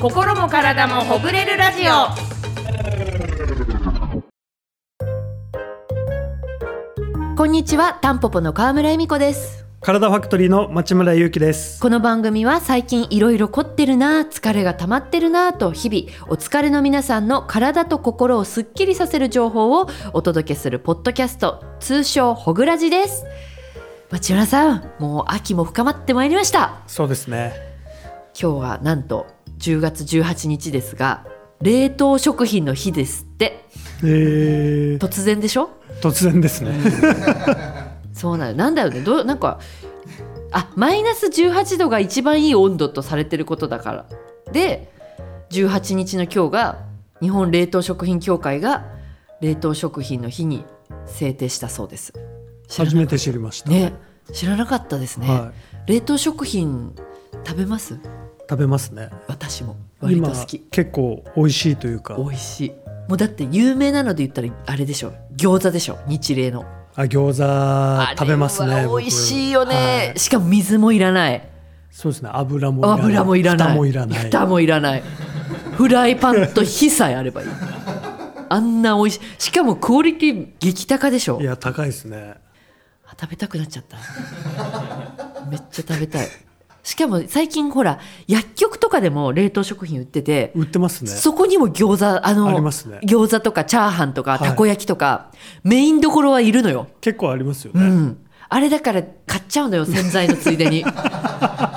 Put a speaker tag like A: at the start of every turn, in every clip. A: 心も体もほぐれるラジオ
B: こんにちは、タンポポの川村恵美子です。
C: 体ファクトリーの町村祐樹です。
B: この番組は最近いろいろ凝ってるな、疲れが溜まってるなと日々お疲れの皆さんの体と心をすっきりさせる情報をお届けするポッドキャスト、通称ホグラジです。町村さん、もう秋も深まってまいりました。
C: そうですね。
B: 今日はなんと10月18日ですが、冷凍食品の日ですって。
C: えー、
B: 突然でしょ？
C: 突然ですね。
B: そうなのなんだよねどうなんかあマイナス18度が一番いい温度とされてることだからで18日の今日が日本冷凍食品協会が冷凍食品の日に制定したそうです知らな
C: 初めて知りました。
B: ね知らなかったですね、
C: は
B: 冷凍食品食べます
C: い、食べますね。
B: 私も割
C: 今
B: と好き
C: 結構美味しいというか
B: 美、味しいもうだって有名なので言ったらあれでしょ餃子でしょ日冷の
C: あ餃子食べます
B: あれ
C: ね。
B: は
C: 僕
B: 美味しいよね、
C: はい
B: しかも水もいらない
C: そうですね。油もいらない。
B: 油もいらない
C: 蓋もいらない。
B: 蓋もいらないフライパンと火さえあればいいあんな美味しいしかもクオリティ激高でしょ
C: いや高いですね。
B: あ食べたくなっちゃっためっちゃ食べたいしかも最近ほら薬局とかでも冷凍食品売ってて、
C: 売ってますね。
B: そこにも餃子あの
C: ありますね
B: 餃子とかチャーハンとか
C: はい
B: たこ焼きとか、メインどころはいるのよ
C: 結構ありますよ
B: う
C: ね。
B: ん。あれだから買っちゃうのよ、洗剤のついで に。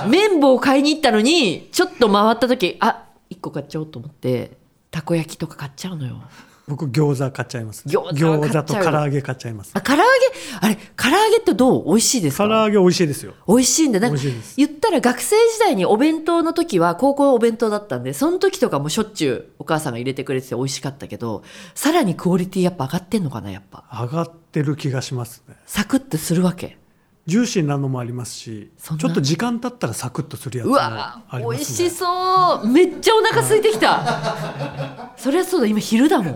B: 綿棒買いに行ったのに、ちょっと回った時、あ、一個買っちゃおうと思って、たこ焼きとか買っちゃうのよ。
C: 僕餃子買っちゃいます、
B: 餃子は買っちゃう
C: 餃子と唐揚げ買っちゃいます。
B: あ、唐揚げ、あれ、唐揚げってどう美味しいです
C: 唐
B: か
C: 揚げ美味しいですよ。
B: 美味しいんだ。なんか
C: 美味しいです
B: 言ったら学生時代にお弁当の時は、高校お弁当だったんで、その時とかもしょっちゅうお母さんが入れてくれてて美味しかったけど、さらにクオリティやっぱ上がってんのかな、やっぱ。
C: 上がってる気がしますね。
B: サクッてするわけ。
C: ジューシーなのもありますし、ち
B: そ
C: ょ
B: んな
C: っと時間経ったらサクッとするやつ
B: う
C: も
B: わ
C: ありますね。
B: 美味しそうめっちゃお腹空いてきたそりゃそうだ今昼だもん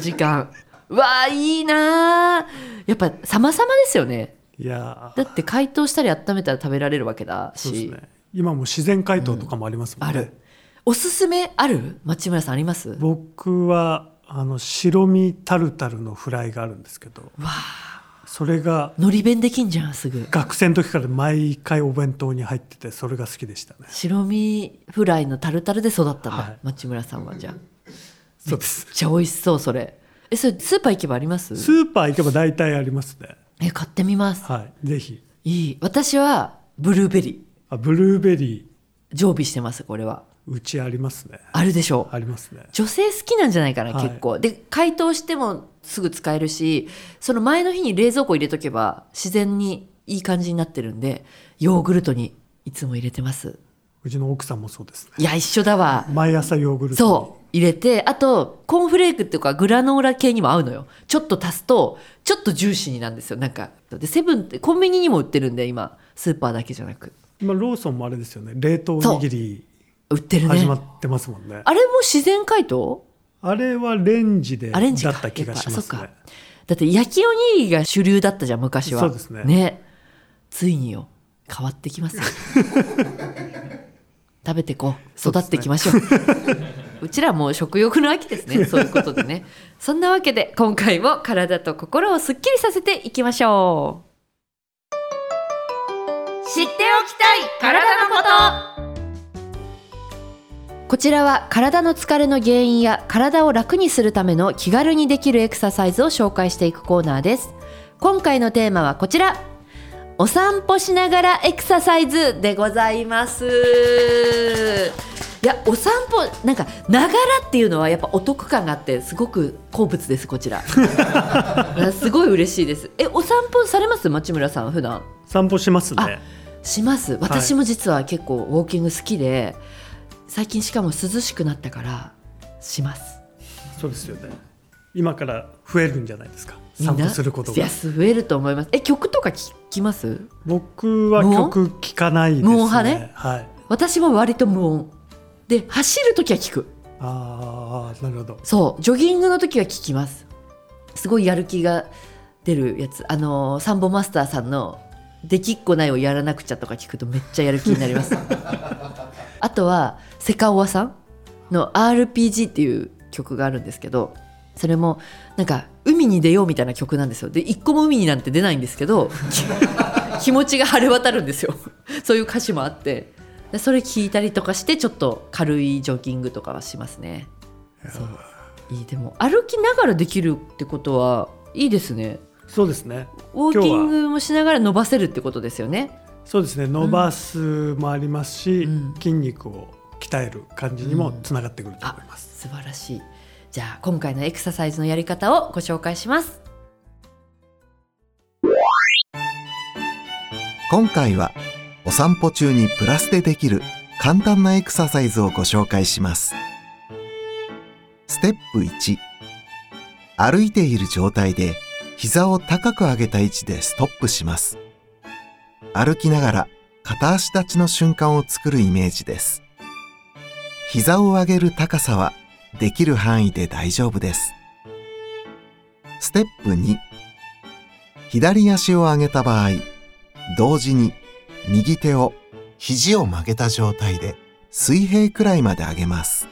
B: 時間うわいいなあやっぱ様々ですよね
C: いやー
B: だって解凍したり温めたら食べられるわけだ
C: そうです
B: し、
C: ね。今もう自然解凍とかもありますも
B: あ
C: んね。
B: るおすすめある町村さんありますわ
C: 僕はあの白身タルタルのフライがあるんですけど、
B: あ
C: それが
B: のり弁できんじゃんすぐ
C: 学生の時から毎回お弁当に入っててそれが好きでしたね。
B: 白身フライのタルタルで育ったんだ、
C: はい
B: 町村さんはじゃあめっ
C: そうです。
B: ちゃ美味しそうそれえそれスーパー行けばあります
C: スーパー行けば大体ありますね。
B: え買ってみます
C: はい、ぜひ。
B: いい私はブルーベリ
C: あ、ブルーベ
B: ー
C: リ
B: 常備してますこれは
C: ーうちありますね。
B: あるでしょう、
C: ありますね。
B: 女性好きなんじゃないかな、
C: はい
B: 結構で解凍してもすぐ使えるしその前の日に冷蔵庫入れとけば自然にいい感じになってるんでヨーグルトにいつも入れてます
C: うちの奥さんもそうですね。
B: いや一緒だわ
C: 毎朝ヨーグルトに。
B: そう入れてあとコーンフレークっていうかグラノーラ系にも合うのよちょっと足すとちょっとジューシーになるんですよなんかでセブンってコンビニにも売ってるんで今スーパーだけじゃなく
C: 今ローソンもあれですよね。冷凍おにぎり
B: 売ってるね
C: 始まってますもんね。
B: あれも自然解凍
C: あれはレンジで
B: ア
C: だ
B: レンジか
C: った気がし
B: や
C: ま
B: っ
C: す
B: ぱそっ
C: ね
B: か。だって焼きおにぎりが主流だったじゃん昔は
C: そうですね
B: ついによ変わってき ますよ食べてこう
C: そう
B: 育っ
C: ですね
B: ていきましょううちらもう食欲の秋 ですねそういうことでねそんなわけで今回も体と心をすっきりさせていきましょう
A: 知っておきたい体のこと
B: こちらは体の疲れの原因や体を楽にするための気軽にできるエクササイズを紹介していくコーナーです。今回のテーマはこちら。お散歩しながらエクササイズでございます。いや、お散歩、なんか、ながらっていうのはやっぱお得感があって、すごく好物です、こちら。すごい嬉しいです。え、お散歩されます町村さん、普段。
C: 散歩しますね。
B: します私も実は結構ウォーキング好きで、最近しかも涼しくなったからします
C: そうですよね。今から増えるんじゃないですか。
B: みんな
C: 散歩すること
B: いや
C: が。
B: 増えると思いますえ曲とか聞きます
C: 僕は曲聴かないですね。
B: 無音派ね
C: はい。
B: 私も割と無音で走る時は聞く
C: ああ、なるほど。
B: そうジョギングの時は聞きますすごいやる気が出るやつあのサンボマスターさんのできっこないをやらなくちゃとか聞くとめっちゃやる気になりますあとはセカオワさんの RPG っていう曲があるんですけどそれもなんか海に出ようみたいな曲なんですよで一個も海になんて出ないんですけど 気持ちが晴れ渡るんですよそういう歌詞もあってでそれ聞いたりとかしてちょっと軽いジョギングとかはしますねそういいでも歩きながらできるってことはいいですね
C: そうですね
B: ウォーキングもしながら伸ばせるってことですよね
C: そうですね伸ばすもありますし、
B: うん
C: 筋肉を鍛える感じにもつながってくると思います、
B: 素晴らしいじゃあ今回のエクササイズのやり方をご紹介します
D: 今回はお散歩中にプラスでできる簡単なエクササイズをご紹介しますステップ1歩いている状態で膝を高く上げた位置でストップします歩きながら片足立ちの瞬間を作るイメージです膝を上げる高さはできる範囲で大丈夫ですステップ2左足を上げた場合同時に右手を肘を曲げた状態で水平くらいまで上げます。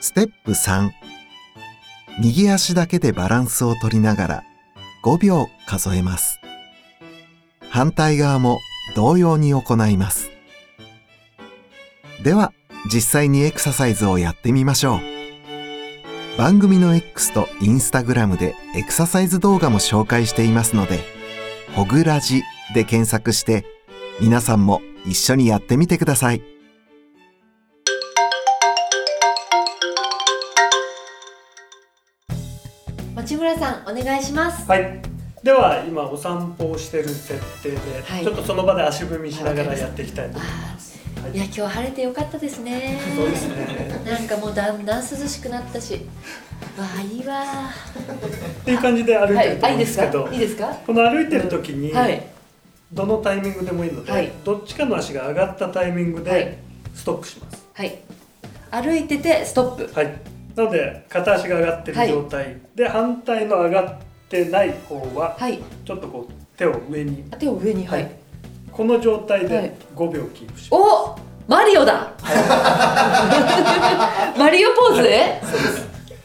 D: ステップ3右足だけでバランスを取りながら5秒数えます。反対側も同様に行います。では実際にエクササイズをやってみましょう。番組の X と Instagram でエクササイズ動画も紹介していますので、ほぐらじで検索して、皆さんも一緒にやってみてください。
B: 町村さんお願いします
C: はいでは今お散歩をしてる設定で、
B: はい
C: ちょっとその場で足踏みしながらやっていきたいと思います。
B: いや今日晴れてよかったですね
C: そうですね。
B: なんかもうだんだん涼しくなったしわあいいわ
C: っていう感じで歩いてると
B: あ
C: 思うんですけど、
B: いいですか
C: この歩いてる時に、
B: はい
C: どのタイミングでもいいので、
B: はい
C: どっちかの足が上がったタイミング
B: はい
C: でストップします。
B: はい歩いててストップ
C: はい。なので片足が上がってる状態、で反対の上がってない方は
B: はい
C: ちょっとこう手を上に
B: 手を上にはい、
C: この状態
B: はい
C: で5秒キープします。
B: おマリオだマリオポーズ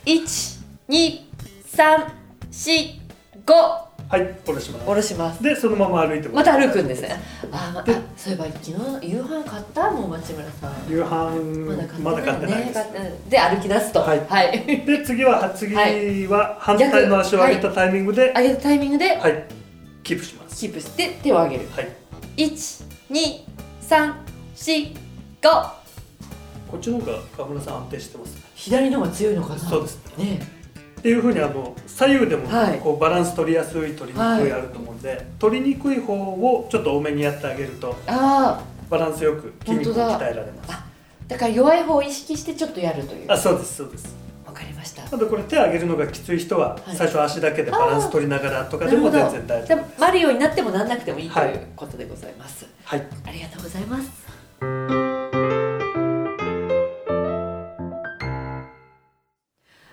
B: 一二三四五
C: はい、下ろします。
B: 下ろします
C: でそのまま歩いても
B: ま
C: ら
B: た歩くんですねあ、まあ、そういえば昨日夕飯買ったもん町村さん
C: 夕飯
B: まだ
C: まだ
B: 買
C: 買
B: っ
C: ってて
B: な
C: ない
B: ね
C: いです。
B: 買ってで歩き出すと
C: はい
B: はい、
C: で次は次
B: は
C: は反対の足を上げたタイミングで、
B: 上げたタイミングで
C: はい、キープします。
B: キープして手を上げる
C: はい、
B: 一二三四五
C: こっちの方が川村さん安定してます。
B: 左の方が強いのかな
C: そうですね。
B: ね
C: っていうふうにあの左右でも
B: はい
C: こうバランス取りやすい取りに
B: は
C: く
B: い
C: いあると思うんで、取りにくい方をちょっと多めにやってあげると
B: あ
C: バランスよく筋肉を
B: 本当だ
C: 鍛えられます。
B: あだから弱い方を意識してちょっとやるという
C: あ、
B: わ
C: そうですそうです。
B: かりました
C: なのでこれ手を上げるのがきつい人は
B: はい
C: 最初足だけでバランス取りながらとか
B: な
C: で
B: る
C: も
B: ほど
C: 全然大丈夫。
B: でもマリオになってもなんなくてもいいと
C: はいいう
B: ことでございます、
C: はい。
B: ありがとうございます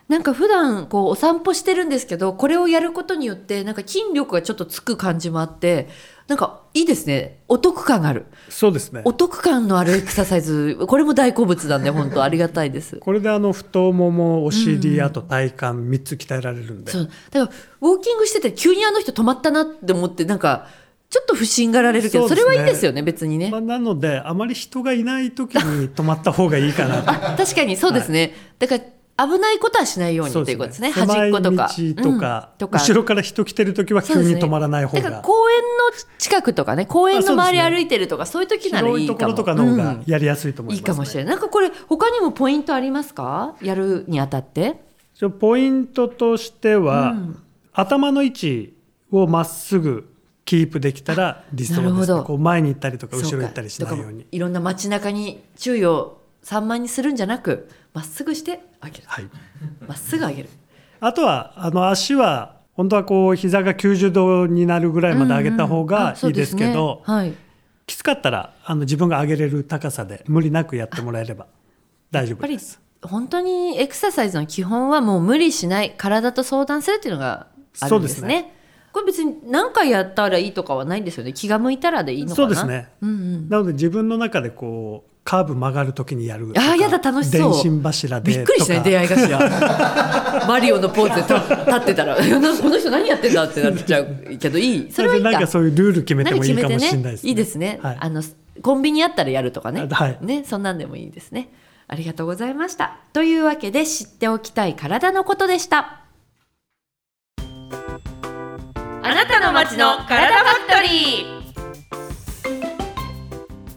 B: なんか普段こうお散歩してるんですけどこれをやることによってなんか筋力がちょっとつく感じもあってなんかいいですねお得感がある
C: そうですね
B: お得感のあるエクササイズこれも大好物なんで本当ありがたいです
C: これであの太もも、お
B: 尻あ
C: と体幹三つ鍛えられるん
B: そうだからウォーキングしてて急にあの人止まったなって思ってなんかちょっと不審がられるけどそ,、
C: そう
B: れ
C: ですね
B: はいいですよね別にね、
C: まあ、なのであまり人がいない時に止まった方がいい かな
B: 確かにそうですね、だから危ないことはしないようにということですね端っことか
C: 狭い道とか,、
B: うんとか
C: 後ろから人来てる時は
B: そう
C: 急
B: ですね
C: に止まらない方
B: だから
C: が、
B: 公園の近くとかね公園の周り
C: あそうです
B: 歩
C: ね
B: いてるとかそういう時なら
C: 広
B: い
C: い
B: い
C: とこ
B: かも
C: ろとかの方
B: う
C: が
B: ん
C: やりやすいと思い
B: い
C: ます、ね
B: いかもしれないなんかこれ他にもポイントありますかやるにあたって
C: じゃあポイントとしては、
B: うん
C: 頭の位置をまっすぐキープできたら理想
B: なる
C: で
B: ほ
C: すね
B: ど
C: こう前に行ったりとか後
B: そう
C: ろ
B: か
C: 行ったりしないよう
B: と
C: に
B: かいろんな街中に注意を散漫にするんじゃなくまっすぐしてあげる
C: はい
B: まっすぐ上げる
C: あとはあの足は本当はこう膝が90度になるぐらいまで上げた方
B: うんうん
C: が
B: あそ
C: いういですけど、
B: ねはい
C: きつかったらあの自分が上げれる高さで無理なくやってもらえれば大丈
B: やっぱ
C: 夫
B: り
C: です。
B: 本当にエクササイズの基本はもう無理しない体と相談するっていうのがあるんですね。
C: そうですね
B: これ別に何回やったらいいとかはないんですよね気が向いたらでいいのか
C: そ
B: な
C: うですね
B: うんうん、
C: なので自分の中でこうカーブ曲がるときにやるとか
B: あーやだ楽しそう
C: 電信柱で
B: び
C: とか
B: っくりしない出会い 頭マリオのポーズでた立ってたら いやなんかこの人何やってんだってなっちゃうけどいいそれはいい
C: なんでなん
B: か
C: か そういうルール決めて
B: 何
C: もい
B: 決
C: い
B: め
C: か
B: て
C: もしれな
B: ね
C: いですね
B: いいですね、
C: はい
B: あのコンビニあったらやるとかね,、
C: はい
B: ねそんなんでもいいですねありがとうございましたというわけで知っておきたい体のことでした
A: あなたの街の体ファクトリー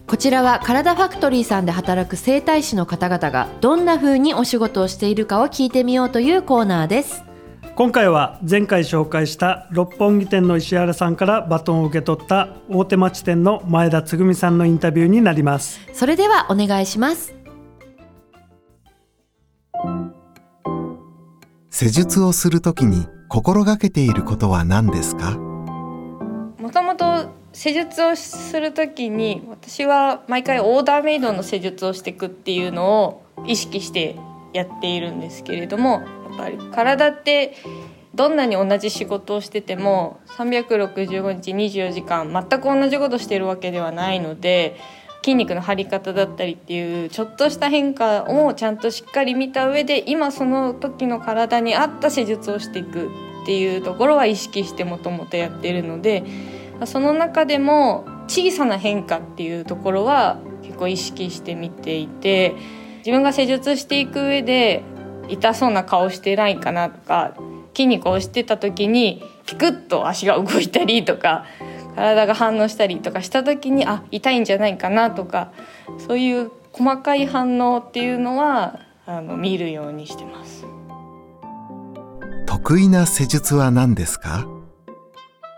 B: こちらは体ファクトリーさんで働く整体師の方々がどんな風にお仕事をしているかを聞いてみようというコーナーです
C: 今回は前回紹介した六本木店の石原さんからバトンを受け取った大手町店の前田つぐみさんのインタビューになります
B: それではお願いします
D: 施術をするときに心がけていることは何ですか
E: もともと施術をするときに私は毎回オーダーメイドの施術をしていくっていうのを意識してやっているんですけれどもやっぱり体ってどんなに同じ仕事をしてても365日24時間全く同じことしてるわけではないので筋肉の張り方だったりっていうちょっとした変化をちゃんとしっかり見た上で今その時の体に合った施術をしていくっていうところは意識してもともとやってるのでその中でも小さな変化っていうところは結構意識して見ていて自分が施術していく上で痛そうな顔してないかなとか筋肉を押してた時にピクッと足が動いたりとか体が反応したりとかした時にあ痛いんじゃないかなとかそういう細かい反応っていうのはあの見るようにしてます。
D: 得意な施術は何ですか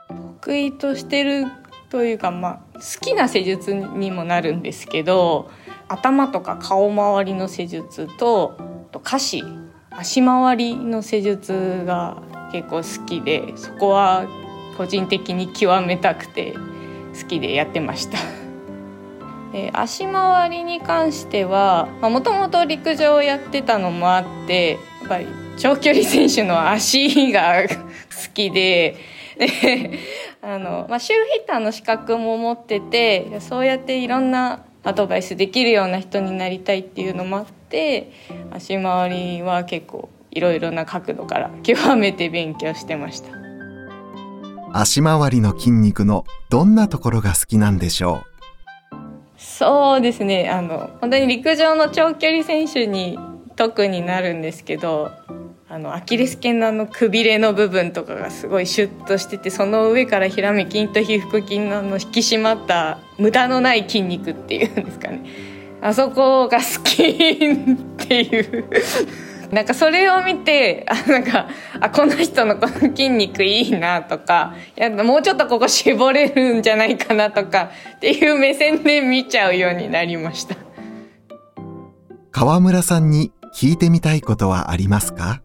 E: 得意としてるというか、まあ、好きな施術にもなるんですけど頭とか顔周りの施術とあと下肢足回りの施術が結構好きでそこは個人的に極めたくて好きでやってました。えー足回りに関してはもともと陸上をやってたのもあってやっぱり長距離選手の足が 好きでであの、まあ、シューヒッターの資格も持っててそうやっていろんなアドバイスできるような人になりたいっていうのもあって足回りは結構いろいろな角度から極めて勉強してました。
D: 足回りの筋肉のどんなところが好きなんでしょ
E: そうですねあの本当に陸上の長距離選手に特になるんですけどあのアキレス腱のあのくびれの部分とかがすごいシュッとしててその上からひらめ筋と皮腹筋のあの引き締まった無駄のない筋肉っていうんですかねあそこが好きっていう なんかそれを見てあなんかあこの人のこの筋肉いいなとかいやもうちょっとここ絞れるんじゃないかなとかっていう目線で見ちゃうようになりました。
D: う川村さんに聞いてみたいことはありますか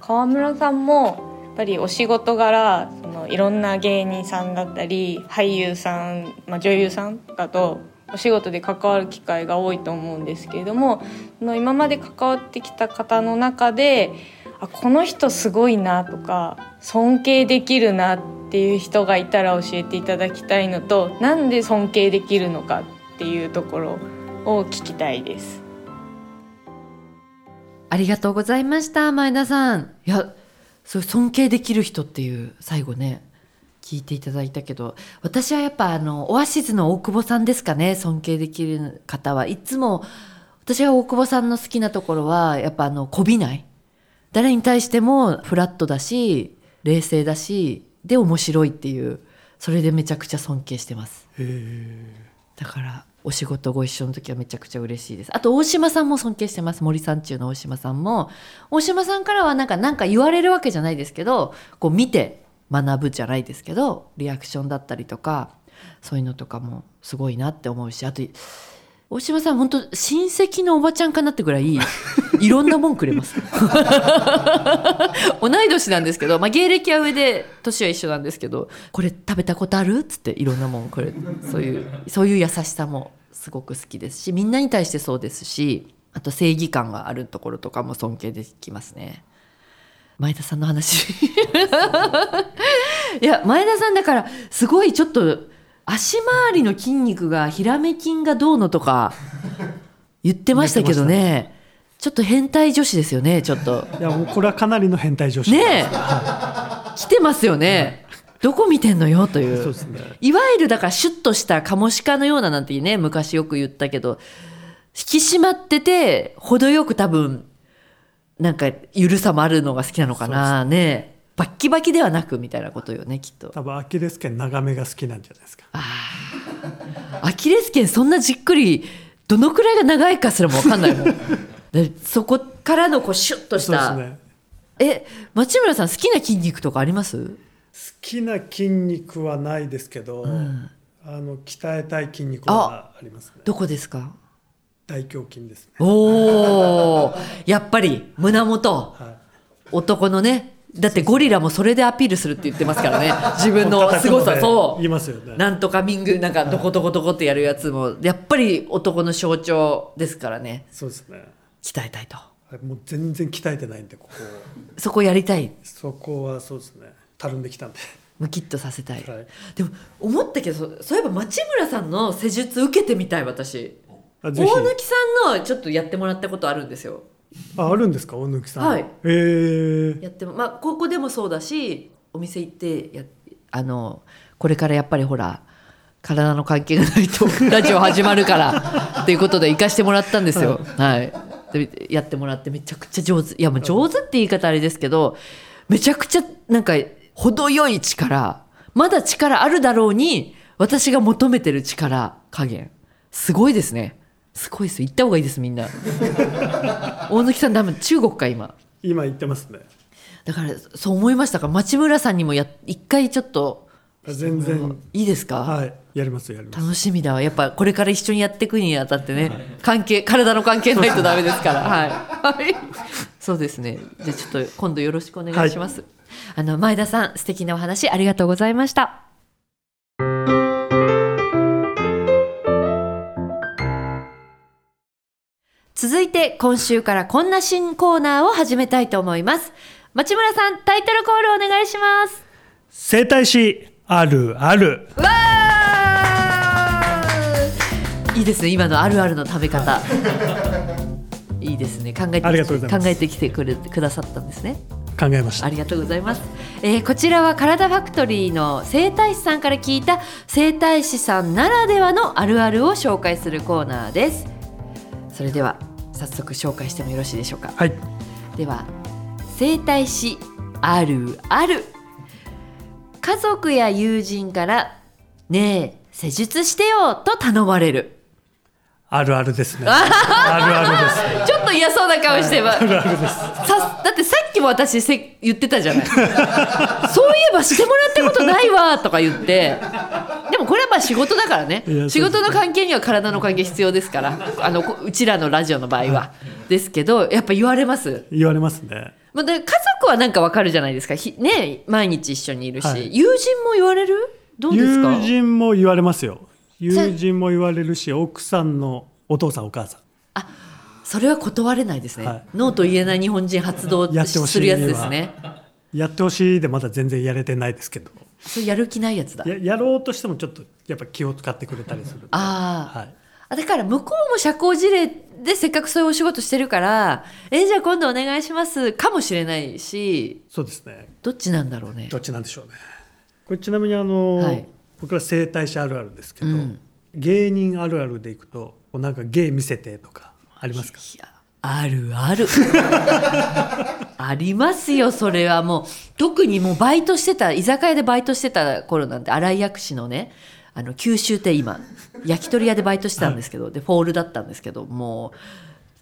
E: 川村さんもやっぱりお仕事柄そのいろんな芸人さんだったり俳優さん、まあ、女優さんとかとお仕事で関わる機会が多いと思うんですけれどもその今まで関わってきた方の中であこの人すごいなとか尊敬できるなっていう人がいたら教えていただきたいのとなんで尊敬できるのかっていうところを聞きたいです。
B: ありがとうございました前田さんいやそう尊敬できる人っていう最後ね聞いていただいたけど私はやっぱあのオアシズの大久保さんですかね尊敬できる方はいつも私は大久保さんの好きなところはやっぱあのこびない誰に対してもフラットだし冷静だしで面白いっていうそれでめちゃくちゃ尊敬してますだからお仕事ご一緒の時はめちゃくちゃ嬉しいですあと大島さんも尊敬してます森三中の大島さんも大島さんからはなんかなんか言われるわけじゃないですけどこう見て学ぶじゃないですけどリアクションだったりとかそういうのとかもすごいなって思うしあと大島さん本当親戚のおばちゃんかなってぐらいいろんなもんくれます同い年なんですけど、まあ、芸歴は上で年は一緒なんですけどこれ食べたことあるっつっていろんなもんこれそういうそういう優しさもすごく好きですしみんなに対してそうですしあと正義感があるところとかも尊敬できますね前田さんの話 いや前田さんだからすごいちょっと足回りの筋肉がひらめ筋がどうのとか言ってましたけどねちょっと変態女子ですよねちょっと
C: いやもうこれはかなりの変態女子
B: ねえ来てますよねどこ見てんのよという
C: そうですね
B: いわゆるだからシュッとしたカモシカのようななんてね昔よく言ったけど引き締まってて程よく多分なんか緩さもあるのが好きなのかなねバッキバキではなくみたいなことよねきっと
C: 多分アキレス腱長めが好きなんじゃないですか
B: アキレス腱そんなじっくりどのくらいが長いかすらも分かんないもん でそこからのこうシュッとし
C: そうで
B: た、
C: すね
B: え町村さん好きな筋肉とかあります
C: 好きな筋肉はないですけど、あの鍛えたい筋肉はありますね
B: どこですか
C: 大胸筋ですね
B: おーやっぱり胸元
C: は
B: 男のねだってゴリラもそれでアピールするって言ってます からね自分の
C: こう
B: 凄さ
C: 叩くので
B: そう
C: 言いますよね
B: なんとかミングなんかどこどこどこってやるやつもやっぱり男の象徴ですからね
C: そうですね
B: 鍛えたいと
C: はいもう全然鍛えてないんでここ
B: そこやりたい
C: そこはそうですねたるんできたんで
B: ムキッとさせたい、
C: はい
B: でも思ったけどそそういえば町村さんの施術受けてみたい私
C: あ
B: 大
C: ぜひ
B: 貫さんのちょっとやってもらったことあるんですよ
C: ああるんですか大貫さん
B: はい
C: えー、
B: やってもまあここでもそうだしお店行ってやあのこれからやっぱりほら体の関係がないとラジオ始まるからっていうことで行かしてもらったんですよ。はい、でやってもらってめちゃくちゃ上手いやもう上手って言い方あれですけどめちゃくちゃなんか程よい力まだ力あるだろうに私が求めてる力加減すごいですねすごいです行った方がいいですみんな大貫さんダメ中国か今
C: 今言ってますね
B: だからそう思いましたから町村さんにもや一回ちょっと
C: あ全然
B: いいですか、
C: はいやりますやります
B: 楽しみだわやっぱこれから一緒にやっていくにあたってね関係体の関係ないとダメですからはい、はい、そうですねじゃあちょっと今度よろしくお願いします、あの前田さん素敵なお話ありがとうございました続いて今週からこんな新コーナーを始めたいと思います町村さんタイトルコールお願いします
C: 整体師あるある
B: わーいいですね今のあるあるの食べ方 いいですね考えて
C: ありがとうございます
B: 考えてきてくれくださったんですね
C: 考えました
B: ありがとうございます、えーこちらは体ファクトリーの整体師さんから聞いた整体師さんならではのあるあるを紹介するコーナーですそれでは早速紹介してもよろしいでしょうか
C: はい
B: では整体師あるある家族や友人から「ねえ施術してよ」と頼まれる
C: あるあるですねあるあるです
B: ちょっと嫌そうな顔してばさだってさっきも私せ言ってたじゃないそういえばしてもらったことないわとか言ってでもこれはまあ仕事だからね
C: いや
B: 仕
C: そう
B: 事
C: です
B: の関係には体の関係必要ですからあのこうちらのラジオの場合はですけどやっぱ言われます
C: 言われますね
B: まあ、だから家族はなんかわかるじゃないですかひ、ね、毎日一緒にいるし、
C: はい
B: 友人も言われるどうですか
C: 友人も言われますよ友人も言われるし奥さんのお父さんお母さん
B: それは断れないですね、
C: はい
B: ノーと言えない日本人発動
C: やってほしい
B: するやつですね
C: やってほしいでまだ全然やれてないですけど
B: それやる気ないやつだ
C: ややろうとしてもちょっとやっぱ気を使ってくれたりするんで
B: あー
C: はい、
B: あだから向こうも社交辞令でせっかくそういうお仕事してるからえじゃあ今度お願いしますかもしれないし
C: そうですね
B: どっちなんだろうね
C: どっちなんでしょうねこれちなみにあの、
B: はい
C: 僕ら整体師あるあるですけど、
B: うん
C: 芸人あるあるでいくとこうなんか芸見せてとかありますか
B: いやあるある ありますよそれはもう特にもうバイトしてた居酒屋でバイトしてた頃なんて新井薬師のねあの九州亭今焼き鳥屋でバイトしてたんですけど、でフォールだったんですけどもう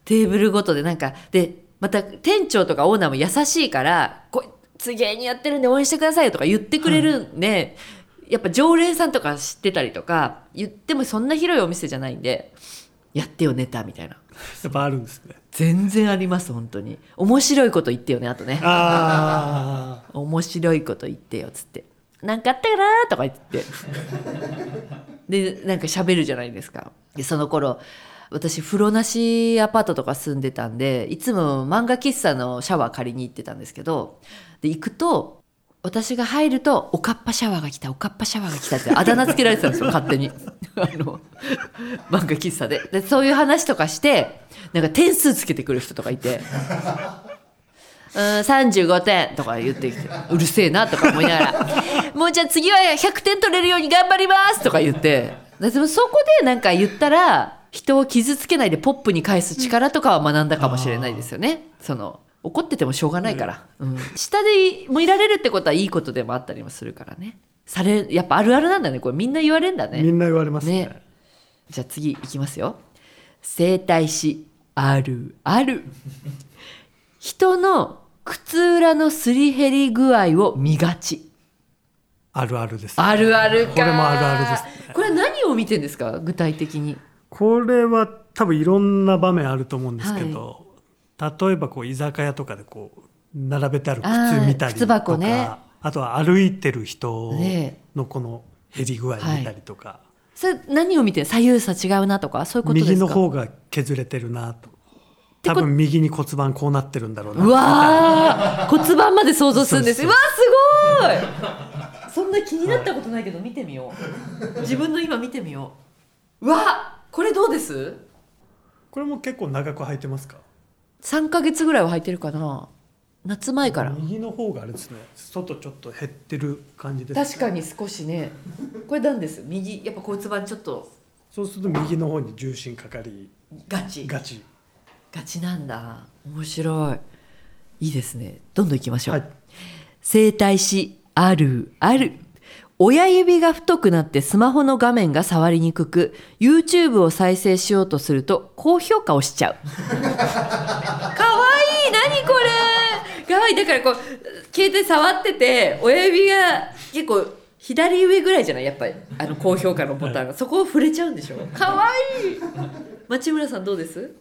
B: テーブルごとでなんかでまた店長とかオーナーも優しいから「こいつ芸にやってるんで応援してくださいよ」とか言ってくれるんで、やっぱ常連さんとか知ってたりとか言ってもそんな広いお店じゃないんで「やってよネタ」みたいな。
C: やっぱあるんですね
B: 全然あります本当に面白いこと言ってよねあとね
C: あ
B: 面白いこと言ってよっつって「なんかあったかな?」とか言ってでなんか喋るじゃないですかでその頃私風呂なしアパートとか住んでたんでいつも漫画喫茶のシャワー借りに行ってたんですけどで行くと私が入ると「おかっぱシャワーが来たおかっぱシャワーが来た」ってあだ名つけられてたんですよ勝手にあの漫画喫茶ででそういう話とかしてなんか点数つけてくる人とかいてうーん35点とか言ってきてうるせえなとか思いながら「もうじゃあ次は100点取れるように頑張ります」とか言ってだでもそこでなんか言ったら人を傷つけないでポップに返す力とかは学んだかもしれないですよね。その怒っててもしょうがないから、うん下でもいられるってことはいいことでもあったりもするからねされやっぱあるあるなんだねこれみんな言われんだね
C: みんな言われますね
B: ねじゃあ次いきますよ整体師あるある人の靴裏のすり減り具合を見がち
C: あるあるです
B: あるあるか
C: これもあるあるです
B: これは何を見てんですか具体的に
C: これは多分いろんな場面あると思うんですけど、例えばこう居酒屋とかでこう並べてある靴見た
B: あー
C: りとか
B: 靴箱ね
C: あとは歩いてる人
B: ね
C: のこの減り具合見たりとか、
B: それ何を見て左右差違うなとかそういうことですか
C: 右の方が削れてるなと多
B: こ
C: 分右に骨盤こうなってるんだろうな
B: うわー骨盤まで想像するんです
C: そうう
B: わーすごいそんな気になったことないけど見てみよう自分の今見てみよううわこれどうです
C: これも結構長く履いてますか
B: 3ヶ月ぐらいは履いてるかな夏前から
C: 右の方があれですね外ちょっと減ってる感じです、ね、
B: 確かに少しねこれなんです右やっぱ骨盤ちょっと
C: そうすると右の方に重心かかり
B: ガチ
C: がち
B: ガチなんだ面白いいいですねどんどんいきましょう、
C: はい
B: 整体師あるある親指が太くなってスマホの画面が触りにくく YouTube を再生しようとすると高評価をしちゃう かわいい何これかわいいだからこう携帯触ってて親指が結構左上ぐらいじゃないやっぱりあの高評価のボタンが、そこを触れちゃうんでしょかわいい町村さんどうです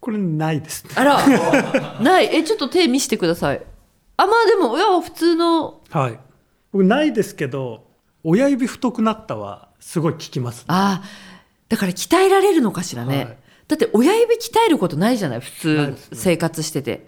C: これないですね
B: あらないえちょっと手見してくださいあまあでもいや普通の
C: はい僕ないですけど親指太くなったはすごい効きますね
B: あーだから鍛えられるのかしらね、
C: はい
B: だって親指鍛えることないじゃない普
C: ない
B: 通
C: ですね
B: 生活してて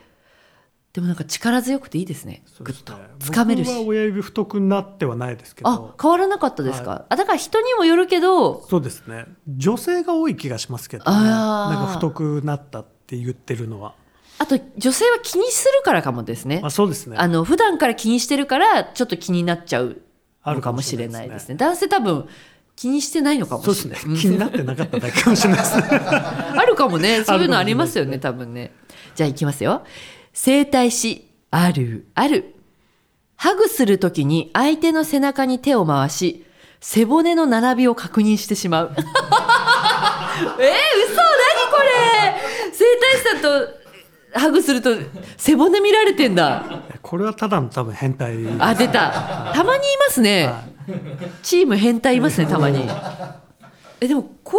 B: で,、もなんか力強くていいですね
C: そう
B: ぐ
C: で
B: っ
C: す
B: と
C: ね
B: 掴めるし
C: 僕は親指太くなってはないですけ
B: あ
C: ど
B: 変わらなかったですか、あだから人にもよるけど
C: そうですね女性が多い気がしますけど、ね、
B: あー
C: なんか太くなったって言ってるのは、
B: あと女性は気にするからかもですね
C: まあ、そうですね
B: あの普段から気にしてるからちょっと気になっちゃう
C: あ
B: の
C: る
B: か
C: か
B: も
C: も
B: し
C: し
B: れ
C: れ
B: な
C: ないいで
B: です
C: す
B: ね
C: ね
B: 男性多分気にしてないのかも
C: そうで
B: し
C: す
B: れな
C: ね
B: い
C: 気になってなかっただけかもしれないで すね
B: あるかもね。そういうのありますよね、多分ね。じゃあ行きますよ。整体師、ある、ある。ハグするときに相手の背中に手を回し、背骨の並びを確認してしまう。えー、 嘘何これ整体師さんとハグすると背骨見られてんだ。
C: これはただの多分変態
B: あ、出た。たまにいますね。チーム変態いますね、たまに。え、でも、こ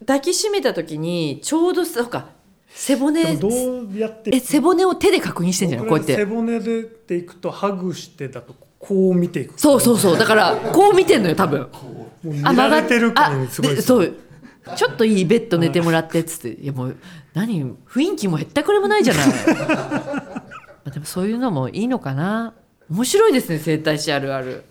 B: う抱きしめたときに、ちょうど、そうか、背骨
C: でもどうやって
B: え背骨を手で確認してんじゃないこ
C: こ
B: う
C: れ
B: やっ
C: 背
B: て
C: 骨でっていくとハグしてだとこう見ていく
B: そうそうそうだからこう見てんのよ多分
C: もう見られてる感
B: あ
C: にすごい
B: で
C: ですね
B: そうちょっといいベッド寝てもらってっつっていやもう何雰囲気もへったくれもないじゃ ないまあでもそういうのもいいのかな面白いですね整体師あるある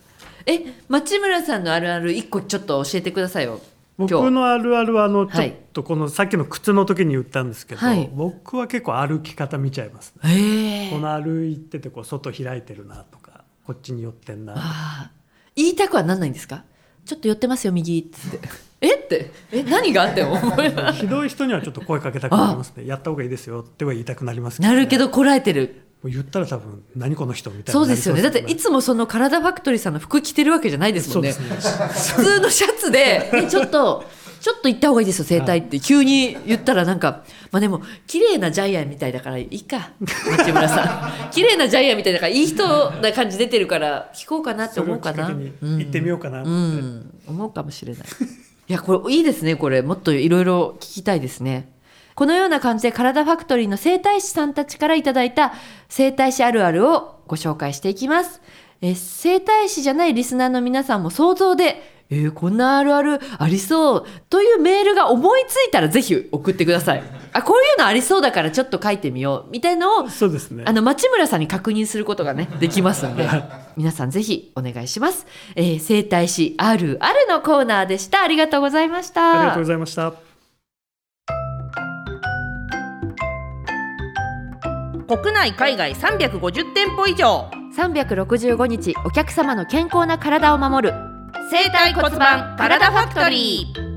B: え町村さんのあるある一個ちょっと教えてくださいよ今日
C: 僕のあるあるはあのち
B: は
C: ょ
B: い
C: っとこのさっきの靴の時に言ったんですけど、
B: はい
C: 僕は結構歩き方見ちゃいますね、
B: ええ
C: この歩いててこう外開いてるなとかこっちに寄ってんな
B: ああ言いたくはなんないんですかちょっと寄ってますよ右っつってえってえ何があっても
C: ひどい人にはちょっと声かけたくなりますねやった方がいいですよっては言いたくなりますけど,、
B: なるけどこらえてる
C: もう言ったら多分何この人みたいに
B: そう
C: な
B: で
C: り
B: すよねだっていつもその体ファクトリーさんの服着てるわけじゃないですも
C: そうん
B: ね
C: ですね
B: 普通のシャツで えちょっとちょっと行った方がいいですよ整体って急に言ったらなんかまあでも綺麗なジャイアンみたいだからいいか内村 さん綺麗なジャイアンみたいだからいい人な感じ出てるから聞こうかなって
C: それ
B: 思
C: を
B: う
C: き
B: か
C: っ
B: な
C: かけに行ってみようかなって、
B: うん、思うかもしれない。 いや、これいいですね、これ。もっといろいろ聞きたいですね。このような感じで、体ファクトリーの整体師さんたちからいただいた整体師あるあるをご紹介していきます。えー整体師じゃないリスナーの皆さんも想像で、ええーこんなあるあるありそうというメールが思いついたらぜひ送ってくださいあこういうのありそうだからちょっと書いてみようみたいのを
C: そうですね
B: あの町村さんに確認すること がねできますんで皆さんぜひお願いします、えー、生態師あるあるのコーナーでしたありがとうございました
C: ありがとうございました
A: 国内海外350店舗以上
B: 365日お客様の健康な体を守る
A: 生体骨盤カラダファクトリー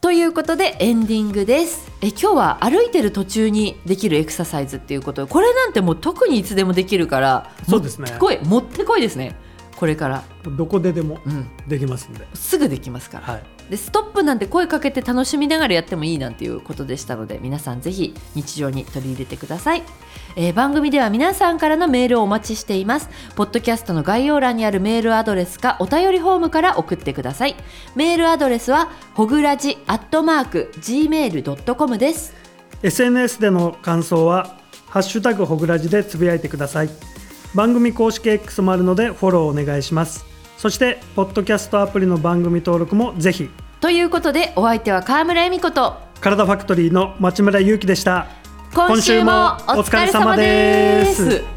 B: ということでエンディングですえ今日は歩いてる途中にできるエクササイズっていうことでこれなんてもう特にいつでもできるから
C: そうです
B: も
C: ね
B: ってこい持ってこいですねこれから、
C: どこででも
B: うん、
C: できますんで、
B: すぐできますから
C: はい、
B: でストップなんて声かけて楽しみながらやってもいいなんていうことでしたので皆さんぜひ日常に取り入れてください、えー番組では皆さんからのメールをお待ちしていますポッドキャストの概要欄にあるメールアドレスかお便りフォームから送ってくださいメールアドレスはほぐらじアットマーク gmail.com です
C: SNS での感想は「ハッシュタグほぐらじ」でつぶやいてください番組公式 X もあるのでフォローお願いしますそしてポッドキャストアプリの番組登録もぜひ
B: ということでお相手は川村恵美子と
C: 体ファクトリーの町村祐樹でした
B: 今週もお疲れ様です
C: 今週もお疲れ様です